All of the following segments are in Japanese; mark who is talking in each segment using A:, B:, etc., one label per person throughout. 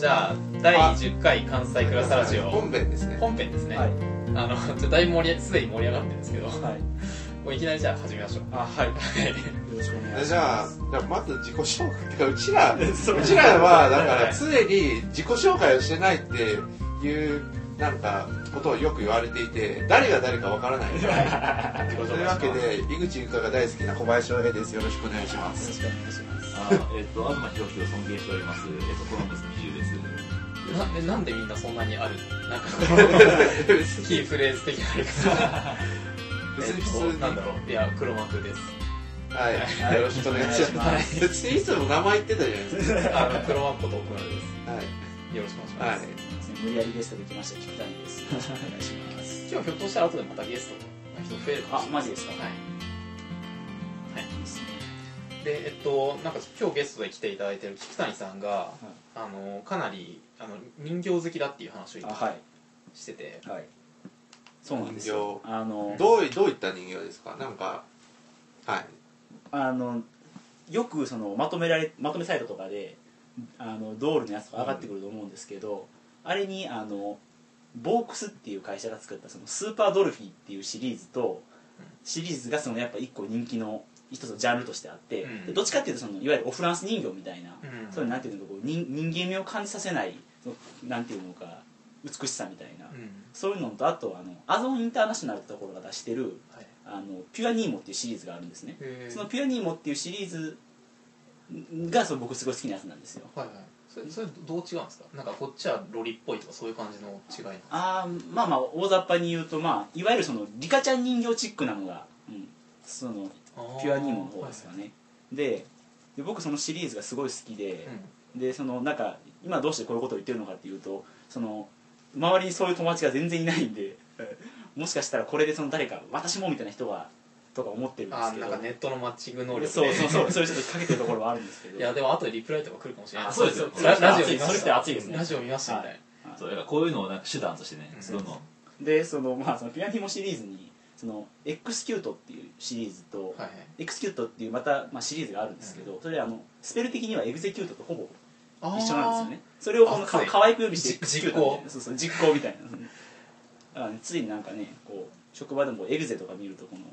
A: 第10回関西クラスラジオ
B: 本編ですね
A: 本編ですね、
C: はい
A: あのちょだいぶ盛りすでに盛り上がってるんですけども
C: はい。
A: ういきなりじゃあ始めましょう
C: あ、はい。よ
A: はい
C: ろしくお願いします。
B: じゃあじゃあまず自己紹介ってかうちら
C: そう
B: うちらはだか
A: はい
B: ら常に自己紹介をしてないっていうなんかことをよく言われていて誰が誰かわからない
A: 自己紹
B: と
A: 介します
B: いうわけで井口ゆかが大好きな小林翔平ですよろしくお願いしま
C: よろし
B: す
C: くお願いします。
D: あえっ、と、東博樹を尊敬しております、えっ、と、コロンブス20です。
A: なえなんでみんなそんなにあるなんか キーフレーズ的なあれか
B: 別に普通に
A: なんだろういや黒幕です
B: はいよろしくお願いしま
A: はい
B: す別にいつも名前言ってたじゃないです
A: あの黒幕こと奥村で
B: かはい
A: すよろしくお願
B: はい
A: します、
C: 無理やりゲストできました、菊谷です。よろしく お願いします。
A: 今日ひょっとしたら後でまたゲストの人増えるかもしれ、
C: あ
A: ない
C: マジですか。
A: はい
C: いいですね。
A: でえっとなんか今日ゲストで来ていただいてる菊谷さんが、
C: い
A: あのかなりあの人形好きだっていう話を
C: あ、はい。
A: してて
C: はい。そうなんですよ。あの、
B: どういどういった人形ですかなんかはい
C: あの、よくそのまとめられ、まとめサイトとかで、あの、ドールのやつとか上がってくると思うんですけど、あれに、あの、ボークスっていう会社が作ったそのスーパードルフィーっていうシリーズとシリーズがそのやっぱ一個人気の一つのジャンルとしてあって、
A: うん
C: でどっちかっていうとそのいわゆるオフランス人形みたいな、
A: うん
C: そういうなんていうのかこう人人間味を感じさせないそのなんていうのか美しさみたいな、
A: うん
C: そういうのとあとあのアゾンインターナショナルってところが出してる
A: はい
C: あのピュアニーモっていうシリーズがあるんですね、
A: へー
C: そのピュアニーモっていうシリーズがその僕すごい好きなやつなんですよ
A: はいはいそれそれどう違うんですかなんかこっちはロリっぽいとかそういう感じの違いなの
C: あーまあまあ大雑把に言うと、まあ、いわゆるそのリカちゃん人形チックなのが、うん、その
A: あー
C: ピュアニーモの方ですかね、でで僕そのシリーズがすごい好き
A: はい
C: で
A: は、い
C: でそのなんか今どうしてこういうことを言ってるのかっていうとその周りにそういう友達が全然いないんで もしかしたらこれでその誰か私もみたいな人がとか思ってるん
A: うん、
C: で
A: あー
C: すけ
A: な
C: ど
A: んかネットのマッチング能力で
C: そうそうそうそれちょっとかけてるところはあるんです けど
A: いやでも後でリプライとか来るかもしれない
D: あそうですよ
A: ララジオ
C: そ
A: 見
C: れって
A: ま
C: それ
A: し
C: って
A: た
C: 熱いですね
A: ラジオ見ましたみたい
D: そう、だからこういうのをなんか手段としてね
A: う、ん
D: どんどん。
C: でそのまあそのピアニモシリーズにそのエクスキュートっていうシリーズと、
A: なはい
C: エクスキュートっていうまた、まあ、シリーズがあるんですけど、それあのスペル的にはエグゼキュートとほぼ
A: はい
C: 一緒なんですよねそれをこのか
A: 熱い
C: 可愛く呼びして
A: じ
C: エクスキュー
A: 実行
C: トみたいなそうそう実行みたいなうんだからねついになんかねこう職場でもエグゼとか見るとこの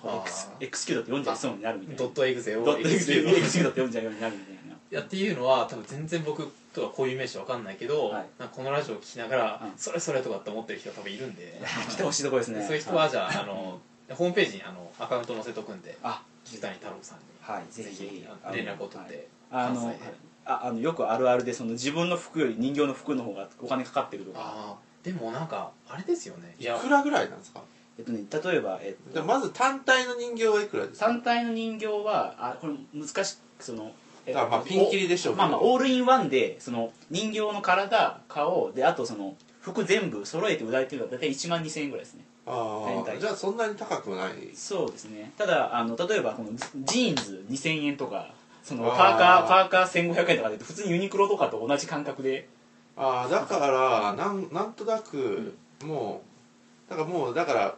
C: こうエクス
A: あー
C: エクスキュートって読んじゃいそうになるみたいな
A: ドットエグゼを
C: ドットエグゼエ
A: を
C: クスキュートって読んじゃうようになるみたいない
A: やって いうのは多分全然僕とかこういう名詞わかんないけど、
C: はい
A: なんかこのラジオを聞きながら、
C: うん
A: それそれとかって思ってる人が多分いるんで、
C: 来てほしいとこですね
A: そういう人はじゃああのホームページにあのアカウント載せとくんで
C: あ
A: 菊谷太郎さんに
C: はいぜ
A: ぜ
C: ひぜひ
A: ひあの連絡を取っ
C: はい
A: て、
C: あ
A: 関西
C: の
A: で
C: ああのよくあるあるでその自分の服より人形の服の方がお金かかってるとか、
A: ああでもなんかあれですよねい
B: い
A: や
B: くらぐらいなんですか
C: えっとね、例えば、えっ
B: じゃあ
C: と、
B: まず単体の人形はいくらですか
C: 単体の人形はあこれ難しくその、えっと
B: あまあピンキリでしょう
C: お
B: けど
C: まあまあオールインワンでその人形の体顔であとその服全部揃えて売られてるのは大体1万2000円ぐらいですね
B: あ
C: 全
B: あ
C: 体
B: じゃあそんなに高くない
C: そうですねただあの例えばこのジジーンズ2000円とかそのパ
B: あー
C: ーカーパーカー1500円とかで普通にユニクロとかと同じ感覚で
B: ああだからなんなんとなくもうだからもうだから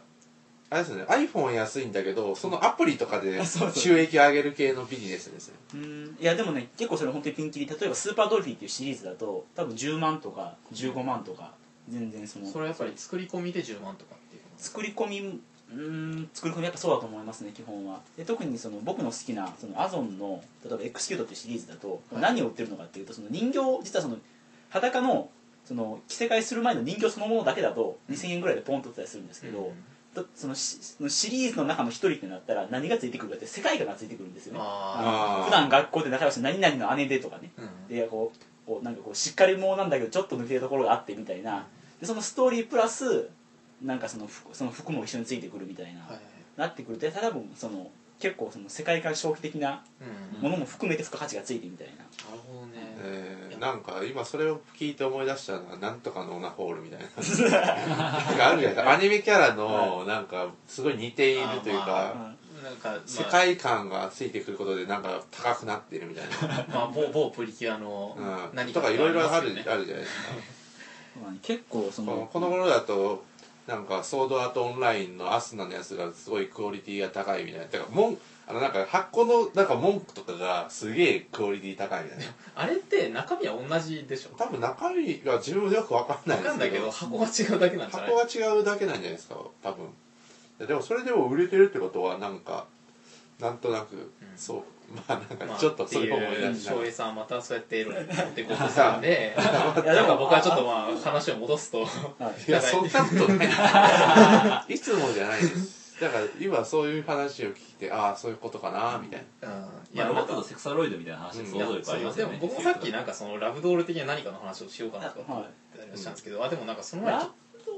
B: あれですよね iPhone 安いんだけどそのアプリとかで
C: あそうそう
B: 収益上げる系のビジネスですね
C: うんいやでもね結構それ本当にピンキリ例えば「スーパードルフィー」っていうシリーズだと多分10万とか15万とか全然その
A: それはやっぱり作り込みで10万とかっていう
C: 作り込みうーん作り込みやっぱそうだと思いますね基本はで特にその僕の好きなそのアゾンの例えば「エクスキュート」っていうシリーズだと、
A: はい
C: 何を売ってるのかっていうとその人形実はその裸のその着せ替えする前の人形そのものだけだと2000円ぐらいでポンと売ってたりするんですけど、
A: うん
C: とそのしそのシリーズの中の一人ってなったら何がついてくるかって世界観がついてくるんですよね
A: あ
B: ー
C: 普段学校で仲良し何々の姉でとかね
A: うん
C: でこうこうなんかこうしっかり者なんだけどちょっと抜けるところがあってみたいなでそのストーリープラスなんかその服その服も一緒についてくるみたいな、
A: はいはい
C: なってくると多分その結構その世界観消費的な
A: うん
C: ものも含めて付加価値がついてみたいな、
A: なるほどね、
B: えーなんか今それを聞いて思い出したのはなんとかのオナホールみたいななんかあるじゃないですかアニメキャラのなんかすごい似ているというか、
A: あ
C: うん
A: なんか、まあ、
B: 世界観がついてくることでなんか高くなってるみたいな、
A: まあ某某プリキュアの
B: うん、
A: 何
B: と
A: か
B: かいろいろあるあ
A: りますよね
B: るじゃないですか
C: まあ結構そ
B: この
C: の
B: この頃だとなんかソードアートオンラインのアスナのやつがすごいクオリティが高いみたいなだからもんあのなんか箱のなんか文句とかがすげえクオリティ高いみたいな
A: あれって中身は同じでしょ
B: 多分中身は自分もよくわかんない
A: 分
B: で
A: か
B: す
A: んないけど箱が違うだけなんじゃない
B: 箱が違うだけなんじゃないですか多分ででもそれでも売れてるってことはなんかなんとなく、そうまあなん
A: ま
B: か
A: あ
B: ちょっとそれを思い
A: っ
B: 出
A: てい
B: し
A: う
B: ながら
A: 勝利さんはまたそうやってエロに持ってこうとしたんでいやでも僕はちょっとまあ話を戻すと
C: はい
B: いやそんなこと ないいつもじゃないですだから今そういう話を聞いてああそういうことかなみたいな
A: うんい
D: いや
A: や
D: ロボ
A: な
D: ッ
A: んか
D: トとセクサロイドみたいな話
B: うん
D: 想
A: いや
D: 像力ありますよ
A: そ
D: ね
A: うでも僕もさっきなんかそのラブドール的な何かの話をしようかなとか
C: は
A: って話したんですけど、あでもなんかその前にちょっと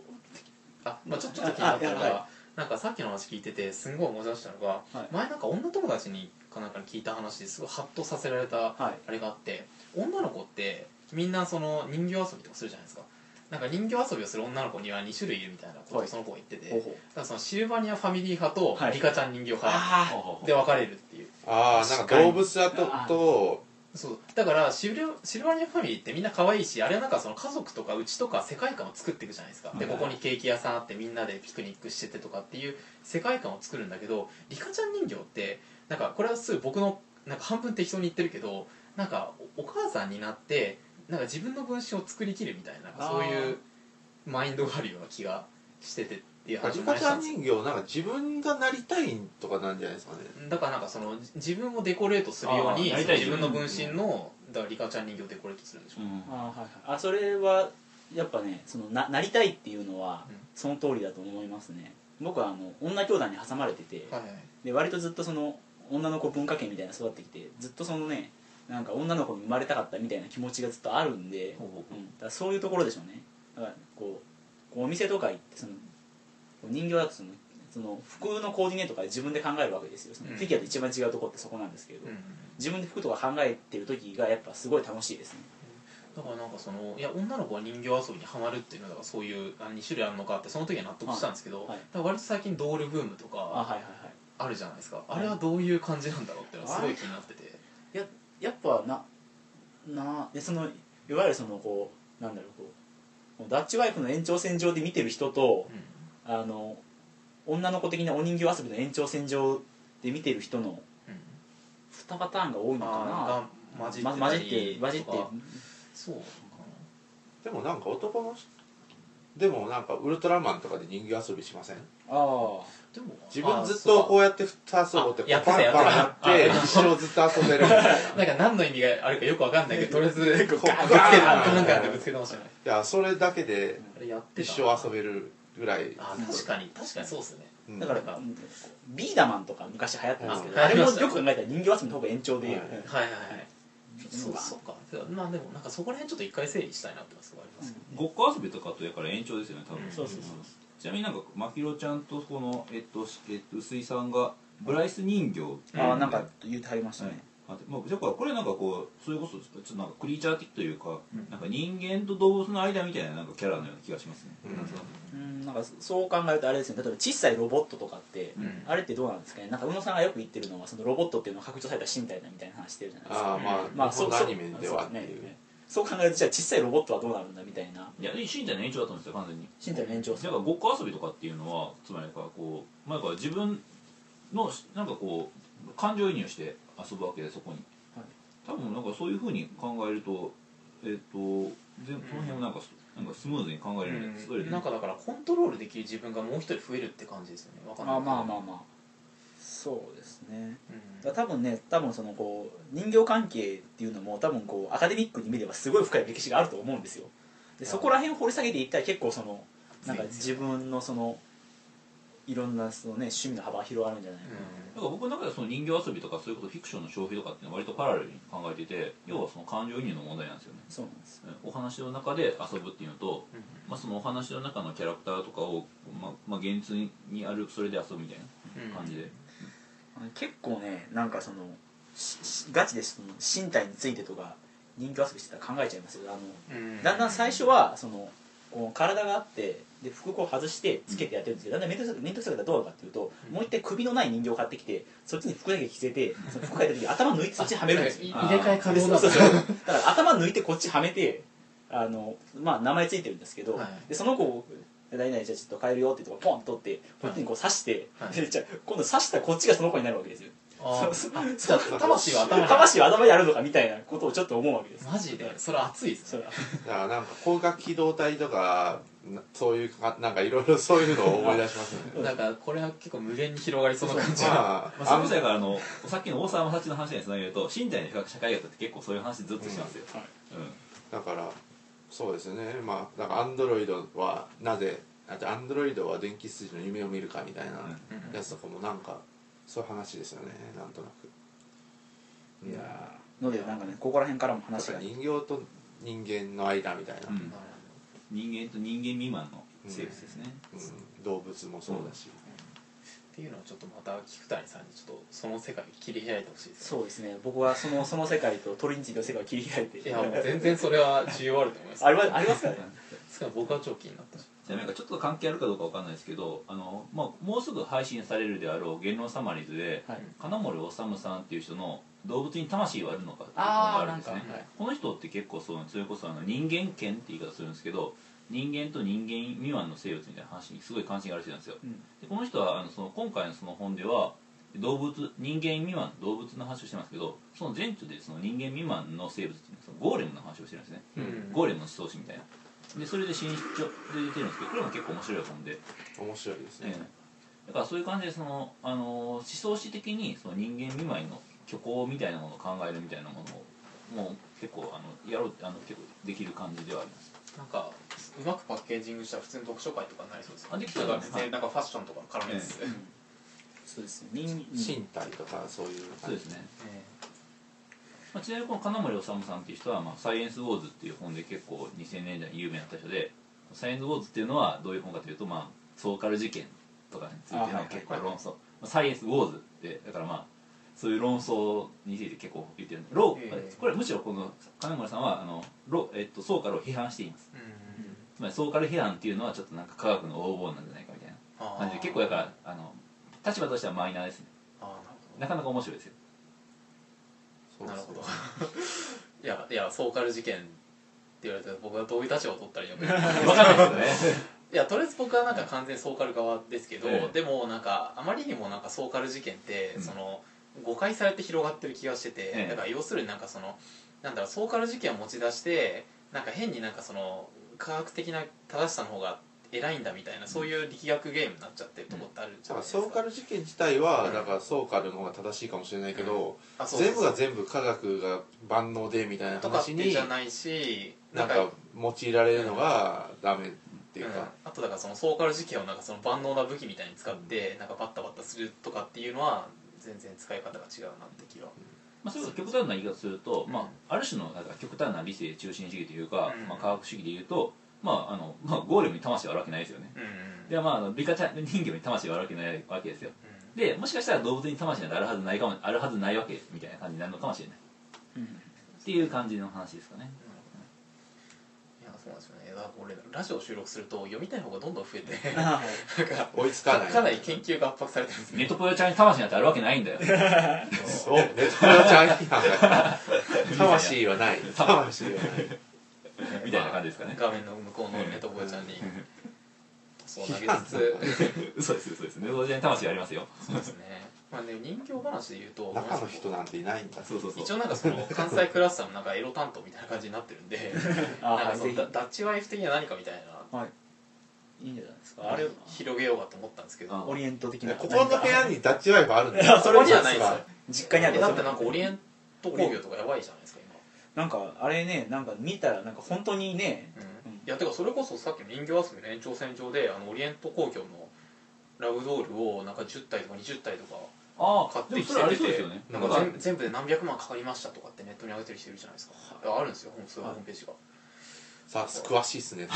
A: あ、まあ、ちょちょっと気になったの
C: あいや
A: がなんかさっきの話聞いててすんごい思い出したのが、
C: はい
A: 前なんか女友達にかなんかに聞いた話ですごいハッとさせられた
C: はい
A: あれがあって女の子ってみんなその人形遊びとかするじゃないですかなんか人形遊びをする女の子には2種類いるみたいなこと
C: は
A: を
C: い
A: その子が言ってて、
C: ほう
A: だ
C: ほう
A: からそのシルバニアファミリー派と
C: はい
A: リカちゃん人形派、
C: あ
D: ほうほうほう
A: で分かれるっていう
B: ああなんか動物だと
C: 確かに
B: と
A: そうだからシルシルバニアファミリーってみんな可愛いしあれはなんかその家族とかうちとか世界観を作っていくじゃないですかで
D: はい
A: ここにケーキ屋さんあってみんなでピクニックしててとかっていう世界観を作るんだけどリカちゃん人形ってなんかこれはすぐ僕のなんか半分適当に言ってるけどなんかおお母さんになってなんか自分の分身を作りきるみたいななんかそういうマインドがあるような気がしててっていう話
B: リ
A: を
B: カ
A: 前に
B: ち
A: した
B: ゃ
A: ん
B: ん
A: ですよ
B: 人形なんか自分がなりたいとかなんじゃないですかね
A: だからなんかそのじ自分をデコレートするように
D: あーなり
A: そ
D: た
A: の
D: い
A: 自分の分身のだからリカちゃん人形をデコレートするんでしょ
D: うん
C: あはいはいあそれはやっぱねそのななりたいっていうのは
A: うん
C: その通りだと思いますね僕はあの女兄弟に挟まれてて、
A: はいはい
C: で割とずっとその女の子文化圏みたいな育ってきてずっとそのねなんか女の子に生まれたかったみたいな気持ちがずっとあるんで、
D: ほうほう
C: うんだからそういうところでしょうねだからこうこうお店とか行ってそのこう人形だとそのその服のコーディネートとか自分で考えるわけですよその
A: うん
C: フィギュアと一番違うところってそこなんですけど、
A: うん
C: 自分で服とか考えてる時がやっぱすごい楽しいですね
A: だからなんかそのいや女の子は人形遊びにはまるっていうのがそういうあ2種類あるのかってその時は納得したんですけど、
C: はいはい
A: だから割と最近ドールブームと
C: あはい
A: か
C: はいはい
A: あるじゃないですかあれはどういう感じなんだろうっていうのはすごい気になってて
C: やっぱななでそのいわゆるそのこうなんだろうこうもうダッチワイフの延長線上で見てる人と、
A: う
C: あの女の子的なお人形遊びの延長線上で見てる人の
A: んうん
C: 2パターンが多いの
A: あ
C: か
A: ーが混じって
C: なま混じって
A: た
C: 混じ
A: り
C: っ
A: と
C: て
A: かそうか
B: でもなんか男の人でもなんかウルトラマンとかで人形遊びしません
C: あ
A: なでも
B: 自分ずっとこうやって振った遊ぼうって
A: あやってた
B: バンバンや
A: やってた
B: って一生ずっと遊べるみたいな
A: あなんか何の意味があるかよくわかんないけどとりあえずこうガ
B: ガ
A: ーン
B: ーン
A: ぶつけたなんかやってぶつけてましたね
B: いやそれだけで
A: あれやって
B: 一
A: た
B: 生遊べるぐらい
A: あ確かに確かにそうっすね
B: うん
C: だから
A: うん
C: うんビーダマンとか昔流行ったんですけど、
A: うん
C: あれもよく考えたら人形遊びの方が延長で、
B: はい
C: うん
A: はいはいはい
C: そ
A: そうう
C: だ
A: そうかまあでもなんかそこら辺ちょっと一回整理したいなってのはすごいありますけど
D: ごっこ遊びとかとやから延長ですよね多分、
A: うん
C: そうそうそう
D: ちなみになんかまひろちゃんとこのえっと、しえっと、薄井さんがブライス人形っていう
C: ああなんか言ってはりましたね、
D: あまあ、だからこれなんかこうそれこそちょっとなんかクリーチャー的というか、
A: うん
D: なんか人間と動物の間みたいななんかキャラのような気がしますね、
B: うん
D: なんか
C: うんなんかそう考えるとあれですね例えば小さいロボットとかって、
D: うん
C: あれってどうなんですかねなんか宇野さんがよく言ってるのはそのロボットっていうのは拡張された身体だみたいな話してるじゃないですか
B: ああまあ、
C: まあ、
B: 日
C: そ
B: 本
C: う
B: のア
C: そう
B: ニメではっていう、
C: ねそう考えるとじゃあ小さいロボットはどうなるんだみたいない
D: や身体の延長だと思うんですよ完全に
C: 身体の延長
D: だからごっこ遊びとかっていうのはつまりだからこう前から自分のなんかこう感情移入して遊ぶわけでそこに、
C: はい
D: 多分なんかそういうふうに考えるとえっ、と全その辺をなんか,、なんかスムーズに考えれるように作れる
A: なんかだからコントロールできる自分がもう一人増えるって感じですよねわかんない
C: あまあまあまあそうですねだから多分ね多分そのこう人形関係っていうのも多分こうアカデミックに見ればすごい深い歴史があると思うんですよでそこら辺を掘り下げていったら結構そのなんか自分のそのいろんなその、ね、趣味の幅が広がるんじゃないかな、
D: だから僕の中ではその人形遊びとかそういうことフィクションの消費とかっていうのは割とパラレルに考えてて要はその感情移入の問題なんですよね
C: そうなんです
D: お話の中で遊ぶっていうのと、
A: うん
D: まあ、そのお話の中のキャラクターとかを、まあまあ、現実にあるそれで遊ぶみたいな感じで、
C: 結構ねなんかそのししガチでその身体についてとか人形遊びしてたら考えちゃいますよあのだんだん最初はそのこう体があってで服を外してつけてやってるんですけどだんだん面倒くさく面倒くさくなったらどうなるかっていうと、
A: うん
C: もう一回首のない人形を買ってきてそっちに服だけ着せてその服変えた時頭抜いてそっちはめるんですよ
A: 入
D: あ
A: れ替え可能
C: そうそうそうだから頭抜いてこっちはめてあの、まあ、名前ついてるんですけど、
A: はい
C: でその子何々じゃあちょっと変えるよって言ってポンと取ってポンってこう刺して、
A: はい
C: でじゃあ今度刺したこっちがその子になるわけですよ
A: あ
C: そう
A: ーあじゃあ魂は頭にある
C: 魂は頭にあるのかみたいなことをちょっと思うわけです
A: マジでそれ熱いですね
C: そう
B: だからなんか光学機動隊とかなそういうかなんかいろいろ そういうのを思い出しますね
A: なんかこれは結構無限に広がりそうな感じが
B: ま
D: まあ、
B: あ
D: そういうことだからあのさっきの大沢正知の話につなげると身体の比較社会学って結構そういう話ずっとしてますよ、
C: はい
B: だからそうですねまあだからアンドロイドはなぜだってアンドロイドは電気筋の夢を見るかみたいな
A: うんうん
B: やつとかもなんかそういう話ですよねなんとなく
C: いやーのでなんかねここら辺からも話
B: だ
C: が
B: から人形と人間の間みたいな、
D: うんうん人間と人間未満の生物ですね、
B: うん動物もそうだし、
A: っていうのをちょっとまた菊谷さんにちょっとその世界を切り開いてほしいですね
C: そうですね僕はそのその世界とトリンチの世界を切り開いて
A: いやもう全然それは需要あると思います
C: ありまありますからね
A: すから僕は超気になったし
D: ちなみになんかちょっと関係あるかどうかわかんないですけどあの、まあ、もうすぐ配信されるであろう「言論サマリーズで」
C: はい
D: 金森治さんっていう人の「動物に魂はあるのか」っていう本
C: あ
D: が
C: あ
D: ある
C: なんん
D: で
C: か
D: す
C: はい
D: ねこの人って結構そうそれこそあの人間権って言い方するんですけど人間と人間未満の生物みたいな話にすごい関心がある人なんですよ
C: うん
D: でこの人はあのその今回のその本では動物人間未満動物の話をしてますけどその前途でその人間未満の生物っていうのはそのゴーレムの話をしてるんですね、
A: うん
D: ゴーレムの思想史みたいなでそれで新書で出てるんですけどこれも結構面白い本で、
B: 面白いですね、
D: ええだからそういう感じでその、あの思想史的にその人間未満の虚構みたいなものを考えるみたいなものをもう結構あのやろうあの結構できる感じではあります
A: なんかうまくパッケージングしたら普通に読書会とかになりそうです
D: あできそう
A: だ
D: だ
A: か
D: ね
A: ら全然なんかファッションとかも絡めつつ、
C: う
A: え
C: んそうですね人うん
B: 身体とかそういう
D: そう
B: 感
D: で
B: じ
D: すねまあ、ちなみにこの金森治さんっていう人は、まあ「サイエンス・ウォーズ」っていう本で結構2000年代に有名だった人で「サイエンス・ウォーズ」っていうのはどういう本かというと、まあ、ソーカル事件とかについて
C: あはいは
D: の
C: い
D: 結構論争、まあ、サイエンス・ウォーズってだからまあそういう論争について結構言ってるんでロー、
A: ええ
D: これはむしろこの金森さんはあのロー、えっと、ソーカルを批判しています
A: うん
D: つまりソーカル批判っていうのはちょっとなんか科学の横暴なんじゃないかみたいな
A: あー
D: 感じで結構だからあの立場としてはマイナーですね
A: あーなるほど
D: なかなか面白いですよ
B: そうですね
A: なる いやいやソーカル事件って言われて僕はどういう立場を取ったらいいのか
D: 分かんないですよね
A: いやとりあえず僕はなんか完全にソーカル側ですけど、
D: ええ
A: でもなんかあまりにもなんかソーカル事件って、
D: うん
A: その誤解されて広がってる気がしてて、
D: ええ
A: だから要するになんかそのなんだろうソーカル事件を持ち出してなんか変になんかその科学的な正しさの方が偉いんだみたいなそういう力学ゲームになっちゃってるとこってあるじ
B: だ
A: ゃない
B: から
A: です
B: ソ
A: か、
B: ーカル事件自体はだからソーカルの方が正しいかもしれないけど、
A: あそうそう
B: 全部が全部科学が万能でみたいな
A: とかっ
B: 話
A: て
B: に
A: じゃないし
B: なんか用いられるのがダメっていう
A: うん
B: か、
A: あとだからそのソーカル事件をなんかその万能な武器みたいに使ってなんかバッタバッタするとかっていうのは全然使い方が違うなって気は
D: まあ、そういう極端な言い方すると、
A: うん
D: まあ、ある種のなんか極端な理性中心主義というか、
A: うん
D: まあ、科学主義でいうと、まああのまあ、ゴーレムに魂があるわけないですよね
A: うんうん
D: でまああのリカちゃん人魚に魂があるわけないわけですよでもしかしたら動物に魂なんてあるはずないかもあるはずないわけみたいな感じになるのかもしれない
C: うん
D: っていう感じの話ですかね
A: いやそうなんですよねだから俺ラジオ収録すると読みたい方がどんどん増えて な
C: あーはい
A: んか
B: 追いつか
A: か
B: ない
A: かなり研究が圧迫されてるんです
D: ネ
A: ね
D: トポヨちゃんに魂なんてあるわけないんだ よ
B: そうネットのちゃん批判が魂はない魂はない
D: みたいな感じですかね
A: 画面の向こうのネトボヤちゃんにそう投げつつ
D: そうですそうですネトポヨちゃんに魂がありますよ
A: そうですねまあね人形話で言うと
B: 中の人なんていないんだ
D: そうそうそう
A: 一応なんかその関西クラスターのなんかエロ担当みたいな感じになってるん で な
C: あ
A: ん
C: ーは
A: か
C: い
A: そ
C: ぜ
A: の
C: ひ
A: ダダッチワイフ的には何かみたい
C: いいんじゃないです
A: な
C: かあれ
A: 広げようかと思ったんですけど
D: あ
C: オリエント的な
B: ここの部屋にダッチワイフあるんだ
C: いやそれ
A: じゃないですよ
C: 実家にある
A: え
C: やつ
A: だってなんかオリエント工業とかやばいじゃないですか
C: なんかあれねなんか見たらなんか本当にね
A: 今、
C: うん
A: いやてかそれこそさっきの人形遊びの延長線上であのオリエント工業のラグドールをなんか10体とか20体とか
D: あ
A: 買っ
D: で
A: て
D: も
A: き
D: それあり
A: て
D: そうです
A: て
D: よね
A: なん
D: な
A: か
D: んか
A: 全全部で何百万かかりましたとかってネットに上げてる人いるじゃないですかあるんですよそういうホームページが
B: さあ詳しいっすね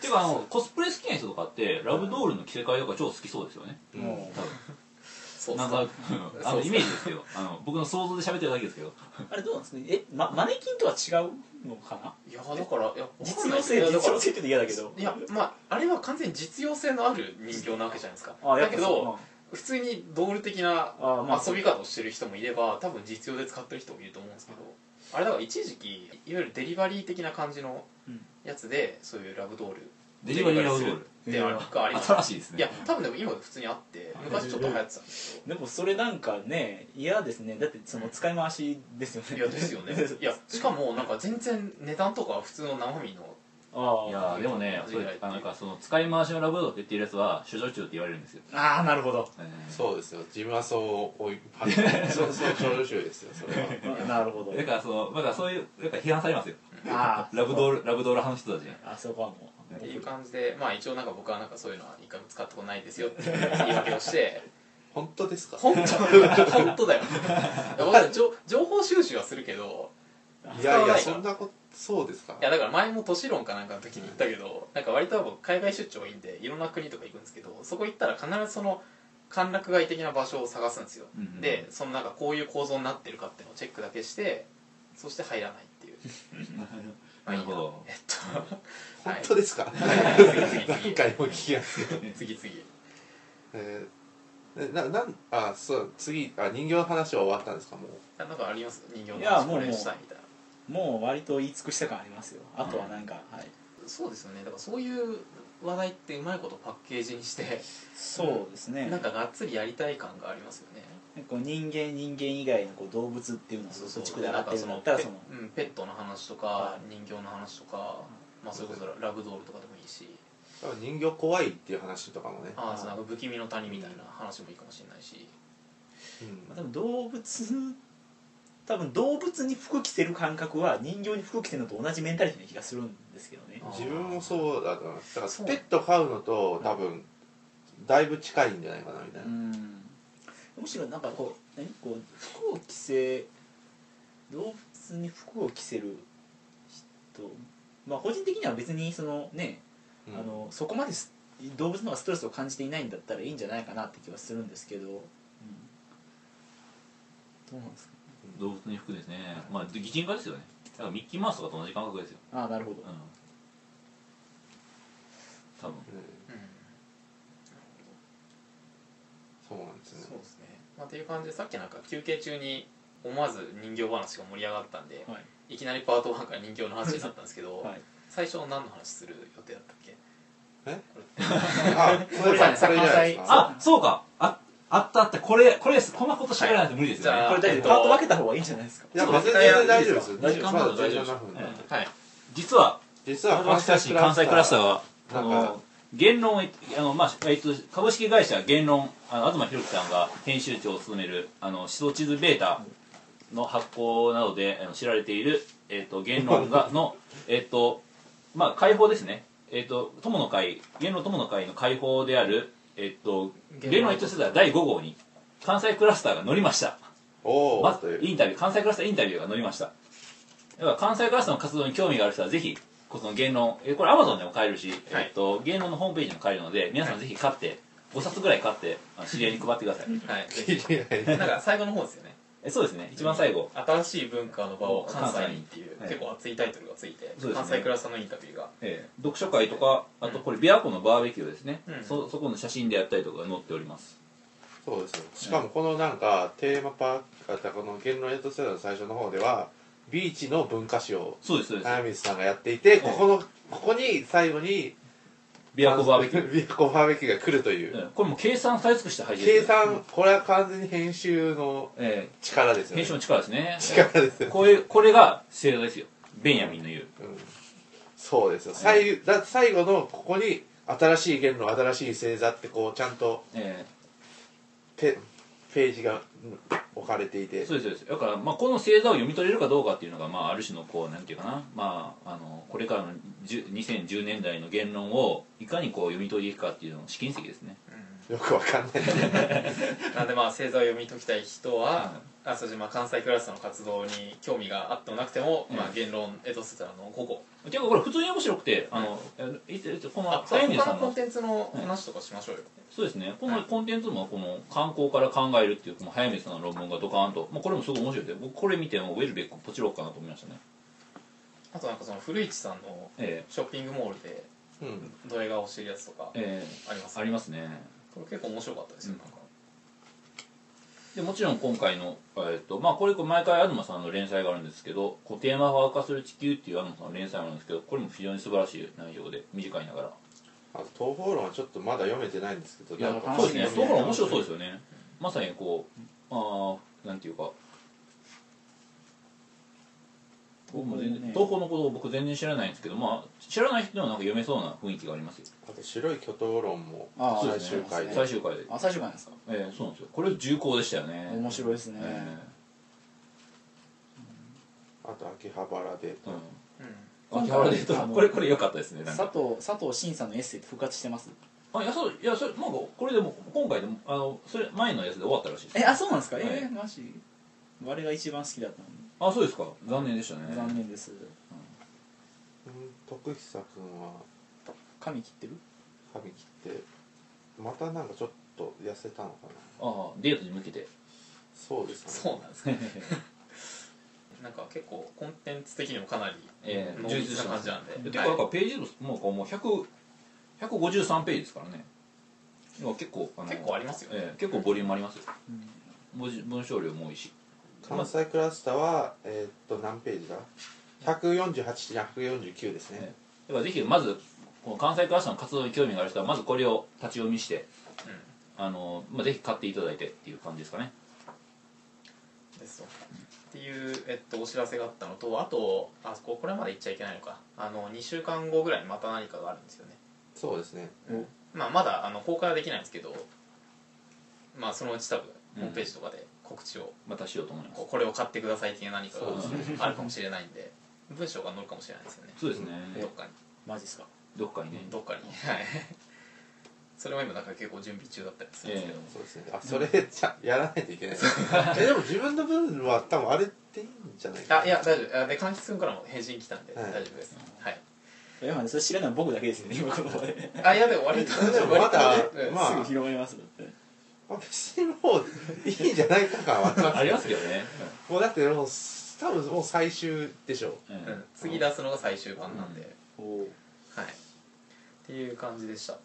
D: ていうかあのコスプレ好きな人とかってラブドールの着せ替えとか超好きそうですよね
B: うん
C: もう
A: そう
D: なん
A: そ
D: か
A: う
D: うんあのイメージですけどあの僕の想像で喋ってるだけですけど
C: あれどうなんですかねえ、ま、マネキンとは違うのかない
A: やだからいや
C: 実用性実
A: だから
C: 用性って言うと嫌だけど
A: いやまああれは完全に実用性のある人形なわけじゃないですか
C: あ
A: だ
C: やっぱ
A: け
C: そう
A: ど普通にドール的な
C: あまあ
A: 遊び方をしてる人もいれば多分実用で使ってる人もいると思うんですけどあれだから一時期いわゆるデリバリー的な感じの
C: うん
A: やつでそういうラブドール
D: デリバリーラブドール
A: であれかあります
D: 新しいですね
A: いや多分でも今普通にあって昔ちょっと流行ってたんですよ
C: でもそれなんかね嫌ですねだってその使い回しですよね
A: いやですよねいやしかもなんか全然値段とかは普通の生身の
C: あ
D: いや
C: あ
D: ーでもねそれあなんかその使い回しのラブドールって言ってるやつは主女中って言われるんですよ、
C: ああなるほど
D: えー
B: そうですよ自分はそう追いパッそうそう少女集ですよそれは
C: なるほど
D: だからそのだからそういうだから批判されますよ
C: ああ
D: ラブドールラブドール派の人たちに
C: あそこはもう
A: っていう感じでまあ一応なんか僕はなんかそういうのは一回も使ったことないですよっていう言い訳をして
B: 本当ですか
A: 本当だよ本当だよ分かる情情報収集はするけど
B: いやいや
A: 使
B: そ
A: わない
B: んなことそうですか
A: いやだから前も都市論かなんかの時に言ったけどなんか割と僕海外出張多いんでいろんな国とか行くんですけどそこ行ったら必ずその歓楽街的な場所を探すんですよ、
D: うんうん
A: でそのなんかこういう構造になってるかっていうのをチェックだけしてそして入らないっていうまあいい
D: なるほど
A: えっと
B: 本当です か
A: はい次
B: 何
A: 次
B: 回も聞きやすい
A: 次次次
B: えーえななんあそう次あ人形の話は終わったんですかもう
A: あなんかあります人形の
C: いや
A: 話
C: もう
A: これしたいみたいな
C: もう割と言い尽くした感ありますよあとはなんか、はい
A: そうですよねだからそういう話題ってうまいことパッケージにして
C: そうですね
A: なんかがっつりやりたい感がありますよね
C: こう人間人間以外のこう動物っていうのはそっち区で上がってるんだったらその
A: ペ,、うん、ペットの話とか、
C: は
A: 人形の話とか、まあ、それこそララブドールとかでもいいし
B: 多分人形怖いっていう話とかもね、
A: あ
C: は
A: あ
C: い
A: そうなんか不気味の谷みたいな話もいいかもしれないし、
B: うん
C: まあ、多分動物多分動物に服着せる感覚は人形に服着せるのと同じメンタリティな気がするんですけどね
A: あ
B: 自分もそうだと思いますだか
A: そう
B: らペット飼うのと多分だいぶ近いんじゃないかなみたいな、
C: んむしろなんかこう何こう服を着せ動物に服を着せる人まあ個人的には別にそのね、
B: うん
C: あのそこまです動物の方がストレスを感じていないんだったらいいんじゃないかなって気はするんですけど、うんどうなんですか
D: 動物に服ですねまあ擬人化ですよねだからミッキーマウスとかと同じ感覚ですよ
C: ああなるほど
D: うん多分
B: うん
A: うん
B: そうなんです
A: そ
B: ね
A: うですね、まあ、っていう感じでさっきなんか休憩中に思わず人形話が盛り上がったんで
C: はい、
A: いきなりパート1から人形の話になったんですけど、
C: はい、
A: 最初何の話する予定だったっけ
B: え
A: これ
B: あそ
A: こ
B: れ
A: れ
B: それじゃないですか
D: あそうかああったあったこれこれですこんなこと喋らないと無理ですよね、
A: はい
C: これだってパート分けた方がいいんじゃないですか
B: いやまあ全然大丈夫ですよ
D: 大丈夫
B: まだ大丈夫な分
D: うん
A: はい
D: 実は
B: 実は
D: 私たち関西クラスターはあ
B: なんか
D: の言論をあの、まあえっと、株式会社言論あの東博樹さんが編集長を務めるあの指導地図ベータの発行などであの知られている、えっと、言論がの、 えっとまあ、解放ですね、えっと、友の会言論友の会の解放である、えっと、言論一世代第5号に関西クラスターが乗りました
B: おお
D: ま
B: という
D: インタビュー関西クラスターインタビューが載りましただから関西クラスターの活動に興味がある人はぜひこの言論えこれアマゾンでも買えるし、
A: はい
D: えっと、言論のホームページでも買えるので皆さんぜひ買って5冊ぐらい買ってあの知り合いに配ってください
A: はいぜひ
B: いやいや
A: なんか最後の方ですよね
D: えそうですね一番最後
A: 新しい文化の場を関西にっていう
D: 関西には
A: 結
D: い
A: 構熱いタイトルがついて、
D: そう
A: 関
D: ですね
A: 西クラスターのインタビューが
D: ええ読書会とかあとこれ琵琶湖のバーベキューですね、
A: うん
D: そそこの写真でやったりとかが載っております
B: そうですよしかもこのなんかテーマパークあったこの言論エイトセラーの最初の方ではビーチの文化史を
D: そうですそうです
B: 早水さんがやっていてここのここに最後に
D: 琵琶湖バーベキュー、
B: ビアコバーベキューが来るという、
D: ええこれもう計算され尽くして配信
B: 計算これは完全に編集の
D: え
B: 力です
D: え
B: よね
D: 編集の力ですね
B: 力ですよ、
D: これこれが正座ですよベンヤミンの言う
B: うん、そうですよ最だ最後のここに新しい言論新しい星座ってこうちゃんと
D: ええ
B: ペページがうん置かれていて
D: そうですそうですだから、まあ、この星座を読み取れるかどうかっていうのが、まあ、ある種のこうなんていうかな、まあ、あのこれからの10 2010年代の言論をいかにこう読み取りいくかっていうのの試金石ですね
B: よくわかんない
A: なんでまあ星座を読み解きたい人は、あそしてまあ関西クラスターの活動に興味があってもなくても、
D: うん
A: まあ、言論エトセトラの5個
D: ていうかこれ普通に面白くてあの、えいつこのサイエンジ
A: 他
D: さ
A: の
D: ん
A: コン
D: の
A: テンツの話とかしましょうよ、
D: そうですねこ
A: は
D: の
A: い
D: コンテンツもこの観光から考えるっていうこの早水さんの論文がドカーンと、まあ、これもすごい面白くて僕これ見てもウェルベックポチろうかなと思いましたね
A: あとなんかその古市さんの
D: え
A: ショッピングモールで
B: うん
A: ドヤ顔してるやつとか
D: ええ
A: あります、
D: えありますね
A: これ結構面白かったですよ、
D: うん
A: なんか
D: でもちろん今回の、えーとまあ、これ毎回東さんの連載があるんですけど「こうテーマ化化する地球」っていう東さんの連載があるんですけどこれも非常に素晴らしい内容で短いながら
B: あと東方論はちょっとまだ読めてないんですけど
C: いや
B: なんか
C: 楽
D: そう
C: し
D: で
C: いです
D: すねそ
C: ね
D: うほら面白そうですよねまさにこうああなんていうか僕も全然
C: ね
D: 東宝のことを僕全然知らないんですけどまあ知らない人でもなんか読めそうな雰囲気がありますよ
B: あと白い巨頭論も
C: あ
D: ー
B: 最終回で
C: ね
D: 最終回で
C: あ最終回なんですか
D: ええそうなんですよこれ重厚でしたよね
C: 面白いですね
D: え
B: あと秋葉原で
D: えう
A: う
C: 今
D: ん秋
C: 回
D: 葉原で言うと
C: あの
D: これこれ良かったですねなん
C: 佐
D: か
C: 藤佐藤慎さんのエッセイって復活してます
D: あいやそういやそれなんかこれでも今回でもあのそれ前のやつで終わったらしいです
C: えあそうなんですか
D: はい
C: えーマジ我が一番好きだったの
D: あそうですか残念でしたね
C: で残念です
B: うん徳久君は
C: 髪切ってる
B: 髪切ってまたなんかちょっと痩せたのかな
D: ああデートに向 けて
B: そうです
A: ん、
B: かね
A: そうなんですねなんか結構コンテンツ的にもかなり
D: ええ
A: 濃
D: 充実
A: 密
D: し
A: な
D: てま
A: 感
D: す
A: じなんで、
D: てかなんかページ数もこうもう100 153ページですからねだから結構あの
A: 結構ありますよね
D: ええ結構ボリュームありますよ
C: うん
D: 文字文章量も多いし
B: 関西クラスターはえーっと何ページだ148149ですね、
D: ねだからぜひまずこの関西クラスターの活動に興味がある人はまずこれを立ち読みしてあの、まあ、ぜひ買っていただいてっていう感じですかね
A: うんですよっていう、えっと、お知らせがあったのとあとあここれまで言っちゃいけないのかあの2週間後ぐらいにまた何かがあるんですよね
B: そうですね
A: まあ、まだあの公開はできないんですけど、まあ、そのうち多分ホームページとかで告知を、
D: またしようと思います
A: ここれを買ってくださいっていう何かが
B: そうです
D: ね
A: あるかもしれないんで文章が載るかもしれないですよね
D: そうですね、
A: どっかに
C: マジっすか
D: どっかにね、
A: どっかにはいそれは今なんか結構準備中だったりするんですけど、
B: そうですねあそれじゃやらないといけないえでも自分の分は多分あれっていいんじゃないかな
A: あいや大丈夫あで柑橘君からも返信来たんで、
B: はい
A: 大丈夫ですはい
C: えまあねそれ知らないの僕だけですよね 今この場で
A: あいやでも割と
B: でもまだ
A: 割とねうん
B: まあ
C: すぐ広まりますもんね
B: まあ別にもういいんじゃないか感はあります
D: ありますけどね、
B: もうだってもう多分もう最終でしょう
D: うん
A: うん次出すのが最終版なんで、
C: おー
A: はいっていう感じでした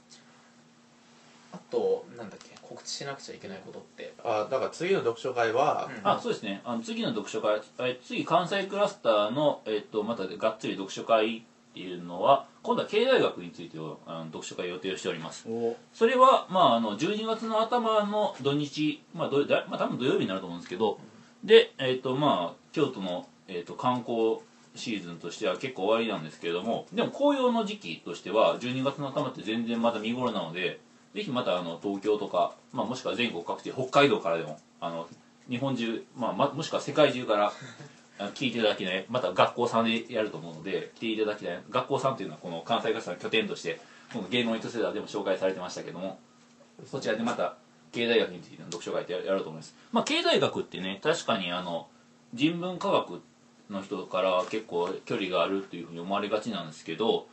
A: あとなんだっけ告知しなくちゃいけないことって
B: あだから次の読書会は、
A: うん
D: あそうですねあの次の読書会え次関西クラスターの、えっと、またがっつり読書会っていうのは今度は経済学についてをあの読書会を予定をしております
C: お
D: それは、まあ、あの12月の頭の土日、まあどだまあ、多分土曜日になると思うんですけどで、えっとまあ、京都の、えっと観光シーズンとしては結構終わりなんですけれどもでも紅葉の時期としては12月の頭って全然まだ見頃なのでぜひまたあの東京とか、まあ、もしくは全国各地北海道からでもあの日本中、まあ、まもしくは世界中からあの聞いていただきないまた学校さんでやると思うので来ていただきたい学校さんというのはこの関西ガスの拠点としてこの芸能イントセダーでも紹介されてましたけどもそちらでまた経済学についての読書会ってやると思います、まあ、経済学ってね確かにあの人文科学の人から結構距離があるというふうに思われがちなんですけど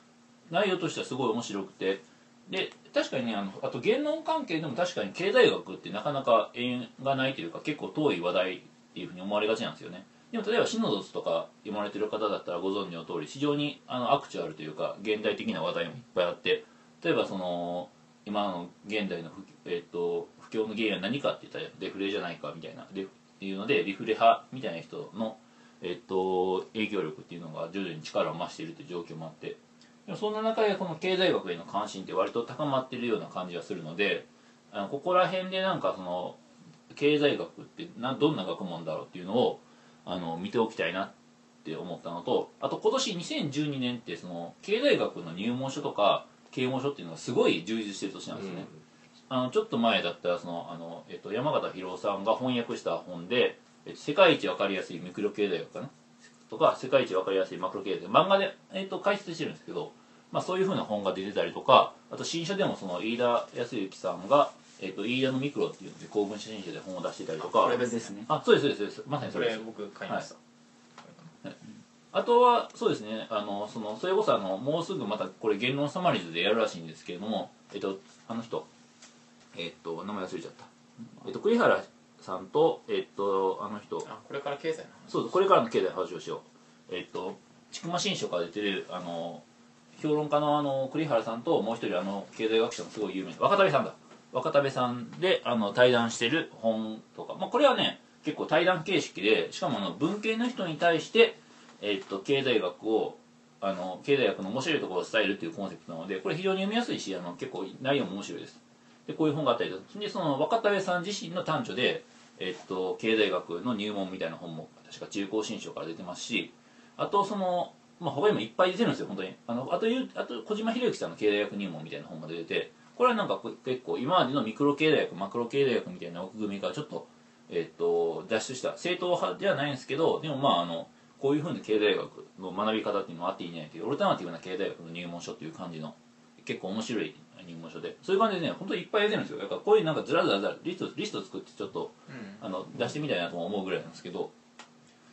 D: 内容としてはすごい面白くてで確かにねあのあと言論関係でも確かに経済学ってなかなか縁がないというか結構遠い話題っていうふうに思われがちなんですよねでも例えばシノドスとか読まれてる方だったらご存知の通り非常にあのアクチュアルというか現代的な話題もいっぱいあって例えばその今の現代の不,、えっと不況の原因は何かって言ったらデフレじゃないかみたいなでいうのでリフレ派みたいな人の、えっと影響力っていうのが徐々に力を増しているという状況もあってでもそんな中でこの経済学への関心って割と高まってるような感じがするのであのここら辺でなんかその経済学ってなどんな学問だろうっていうのをあの見ておきたいなって思ったのとあと今年2012年ってその経済学の入門書とか啓蒙書っていうのがすごい充実してる年なんですよね、あのちょっと前だったらそのあの、えっと、山形博夫さんが翻訳した本で「えっと世界一わかりやすいミクロ経済学」かなとか「世界一わかりやすいマクロ経済学」漫画で、えっと、解説してるんですけど、まあ、そういうふうな本が出てたりとかあと新書でもその飯田康之さんが「えっと、飯田のミクロ」っていうので公文写真集で本を出してたりとか
C: これ別ですね
D: あそうですそうですそうですまさに
A: そ
D: それで
A: れ
D: す
A: 僕買いました、
D: あとはそうですねあのそのそれこそあのもうすぐまたこれ言論サマリーズでやるらしいんですけれどもえっとあの人えっと名前忘れちゃったえっと栗原さんとえっとあの人
A: あこれから経済の話
D: そうですこれからの経済の話をしようえっと千曲新書から出てるあの評論家のあの栗原さんともう一人あの経済学者のすごい有名な若田部さんだ若田部さんであの対談してる本とか、まあ、これはね結構対談形式でしかもあの文系の人に対して、えっと経済学をあの経済学の面白いところを伝えるっていうコンセプトなのでこれ非常に読みやすいしあの結構内容も面白いですでこういう本があったりだとかでその若田部さん自身の短所で、えっと、経済学の入門みたいな本も確か中高新書から出てますしあとその、まあ、他にもいっぱい出てるんですよ本当にあのあとゆあと小島秀之さんの経済学入門みたいな本も出ててこれはなんかこう結構今までのミクロ経済学マクロ経済学みたいな枠組みからちょっと,、えっと脱出した正統派ではないんですけどでもまああのこういうふうに経済学の学び方っていうのはあっていないというオルタナティブな経済学の入門書っていう感じの結構面白い入門書でそういう感じでね本当いっぱい出てるんですよだからこういうなんかずらずらずらリストリスト作ってちょっと
A: うん
D: あの出してみたいなとも思うぐらいなんですけど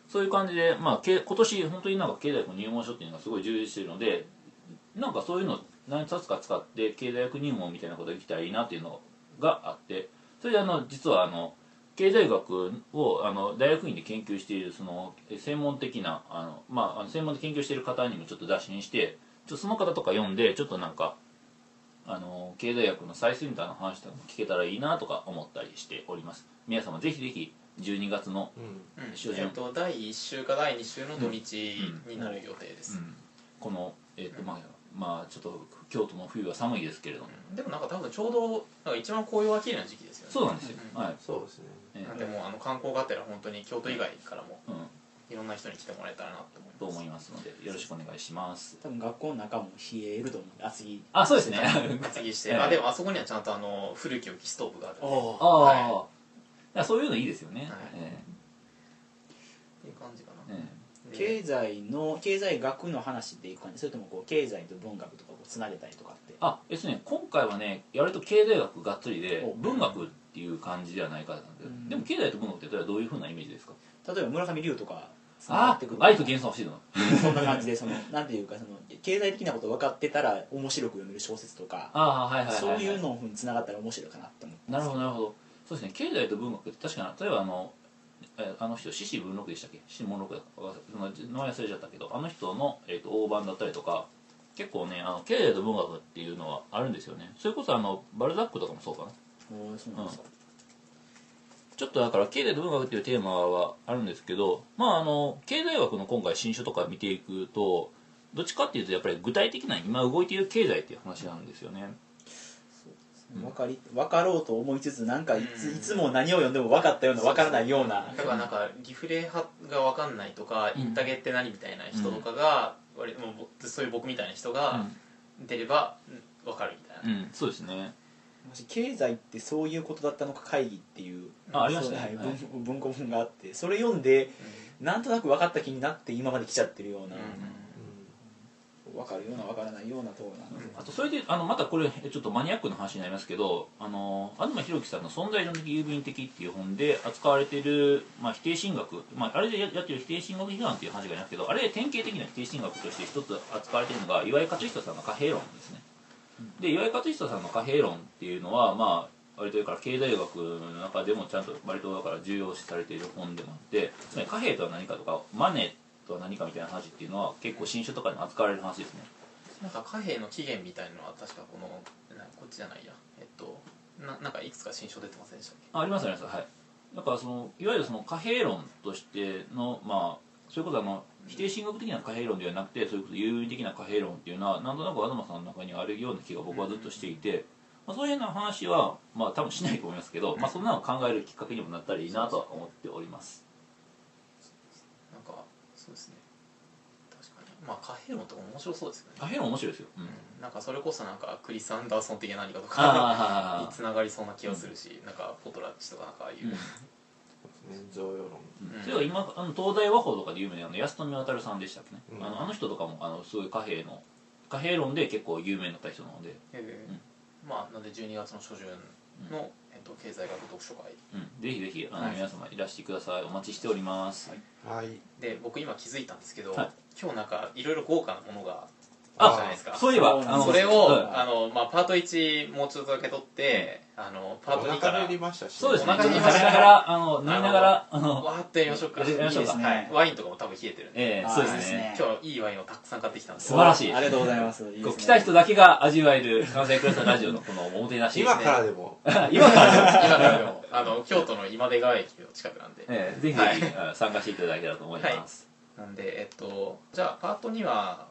D: そういう感じで、まあ、け今年本当になんか経済学の入門書っていうのがすごい充実してるのでなんかそういうのを何冊か使って経済学入門みたいなことができたらいいなっていうのがあってそれであの実はあの経済学をあの大学院で研究しているそのえ専門的なあの、まあ、あの専門で研究している方にもちょっと打診してちょっとその方とか読んでちょっとなんかあの経済学の最先端の話とかも聞けたらいいなとか思ったりしております皆様ぜひぜひ12月の、
B: うん
A: うん
D: 終了
A: えっと第1週か第2週の土日になる予定です、
D: このえっ、とまあまあちょっと京都も冬は寒いですけれども
A: うんでもなんか多分ちょうどなんか一番紅葉が綺麗な時期ですよね
D: そうなんですよ、
A: うん
D: はい、
B: そうですね
D: えー
A: なんでもうあの観光があったら本当に京都以外からも
D: うん、
A: いろんな人に来てもらえたらなと思います
D: と思いますのでよろしくお願いします
C: 多分学校の中も冷えると思うんで厚着
D: あそうですね
A: 厚着して、
D: ええ
A: あでもあそこにはちゃんとあの古き良きストーブがあるんで
C: お
D: あ
C: う
D: あ、
A: はい
D: だからそういうのいいですよね、
A: はい
D: え
A: っていう感じか
D: え
A: な、
D: え
A: で
C: 経済の経済学の話でいく感じそれともこう経済と文学とかをつなげたりとかって
D: えあですね今回はねやると経済学がっつりで
C: お
D: 文学っていう感じではないかなんで、
C: うん
D: でも経済と文学ってどういうふうなイメージですか
C: 例えば村上龍とかつなが
D: あ
C: ってくる
D: 愛と幻想欲しいの
C: そんな感じでそのなんていうかその経済的なこと分かってたら面白く読める小説とか
D: ああはいはいはい、
C: そういうのにつながったら面白いかなって思って
D: なるほどなるほどそうですね経済と文学って確かに例えばあのえあの人獅子文録でしたっけ獅子文録だったかその名前忘れちゃったけどあの人の、えー、と大判だったりとか結構ねあの経済と文学っていうのはあるんですよねそれこそあのバルザックとかもそうかな
C: おーそうなんですか
D: ちょっとだから経済と文学っていうテーマはあるんですけど、まあ、あの経済学の今回新書とか見ていくとどっちかっていうとやっぱり具体的な今動いている経済っていう話なんですよねうん
C: 分かり分かろうと思いつつなんかいつ,、
A: うん
C: いつも何を読んでも分かったような分からないような
A: だからなんかリフレ派が分かんないとか、
D: うん
A: インタゲって何みたいな人とかが、割ともうぼそういう僕みたいな人が出れば分かるみたいな、
D: うん、うん、そうですね
C: 私経済ってそういうことだったのか会議っていう
D: あありましたね
C: そう
D: はい
C: 文文庫本があってそれ読んでなんとなく分かった気になって今まで来ちゃってるような、分かるような分からないようなところなんで、
D: あとそれであのまたこれちょっとマニアックな話になりますけどあの東博樹さんの「存在論的郵便的」っていう本で扱われている、まあ、否定神学、まあ、あれでややってる否定神学批判っていう話がありますけどあれで典型的な否定神学として一つ扱われているのが岩井克久さんの貨幣論ですね。で岩井克久さんの貨幣論っていうのはまあ割とだから経済学の中でもちゃんと割とだから重要視されている本でもあってつまり貨幣とは何かとかマネーとは何かみたいな話っていうのは結構新書とかに扱われる話ですね。
A: なんか貨幣の起源みたいのは確かこのなこっちじゃないやえっとななんかいくつか新書出てませんでしたっけ
D: あありますありますはいだからそのいわゆるその貨幣論としてのまあそういうことあの否定神学的な貨幣論ではなくてそういうこと有意的な貨幣論っていうのはなんとなく東さんの中にあるような気が僕はずっとしていて、まあ、そういうような話はまあ多分しないと思いますけど、まあ、そんなのを考えるきっかけにもなったらいいなとは思っております
A: なんかそうですね確かにまあ貨幣論とか面白そうですよね
D: 貨幣論面白いですよ、うん、
A: なんかそれこそなんかクリス・アンダーソン的な何かとか
D: あ
A: につながりそうな気がするし、なんかポトラッチとかなんかああいう、
D: うん
B: うん贈与論
A: うん
D: それは今あの東大和法とかで有名なあの安富渉さんでしたっけね、
B: うん
D: あのあの人とかもあのすごい貨幣の貨幣論で結構有名になった人なので
A: ええ
D: うん
A: まあなんで12月の初旬の、えっと、経済学読書会
D: うん、ぜひぜひあの、
A: はい
D: 皆様いらしてくださいお待ちしております、
B: はい
A: で僕今気づいたんですけど、
D: はい
A: 今日なんかいろいろ豪華なものが
D: あ
A: あるじゃないですか
D: そういえば
C: そうなんです
D: あの
A: それ
D: う
A: を、
D: ん
A: あのまあ、パート1もうちょっとだけ取って、あのパート
B: お
A: 2か
B: 腹
A: ら
B: 減りましたし
D: そうですね
A: お
D: ちょっ
A: 腹減り
D: と食べ
A: ました
D: ながらあの飲みながらあの
A: わーってやりましょうか
D: やりまし
A: い
D: ょうか
A: いですね
C: はい
A: ワインとかも多分冷えてるんで、
D: ええ
C: あー
D: そうです
C: いい
D: ね
C: で
A: 今日いいワインをたくさん買ってきたんで
D: 素晴らしい
C: ありがとうございますいいです
D: こ
C: ね
D: う来た人だけが味わえる関西クラスのラジオのこのおもてなし
B: 今からでも
D: 今から、
A: 今からでもあの京都の今出川駅の近くなんで、
D: ええぜひぜひ、あ参加していただけたらと思います、
A: なんでえっとじゃあパート2は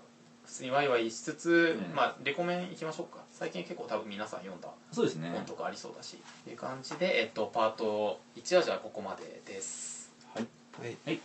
A: 普通にワイワイしつつ、
D: うん
A: まあ、レコメンいきましょうか最近結構多分皆さん読んだ
D: そうですね
A: 本とかありそうだし、っていう感じで、えっと、パート1はじゃあここまでです
B: はい
D: はい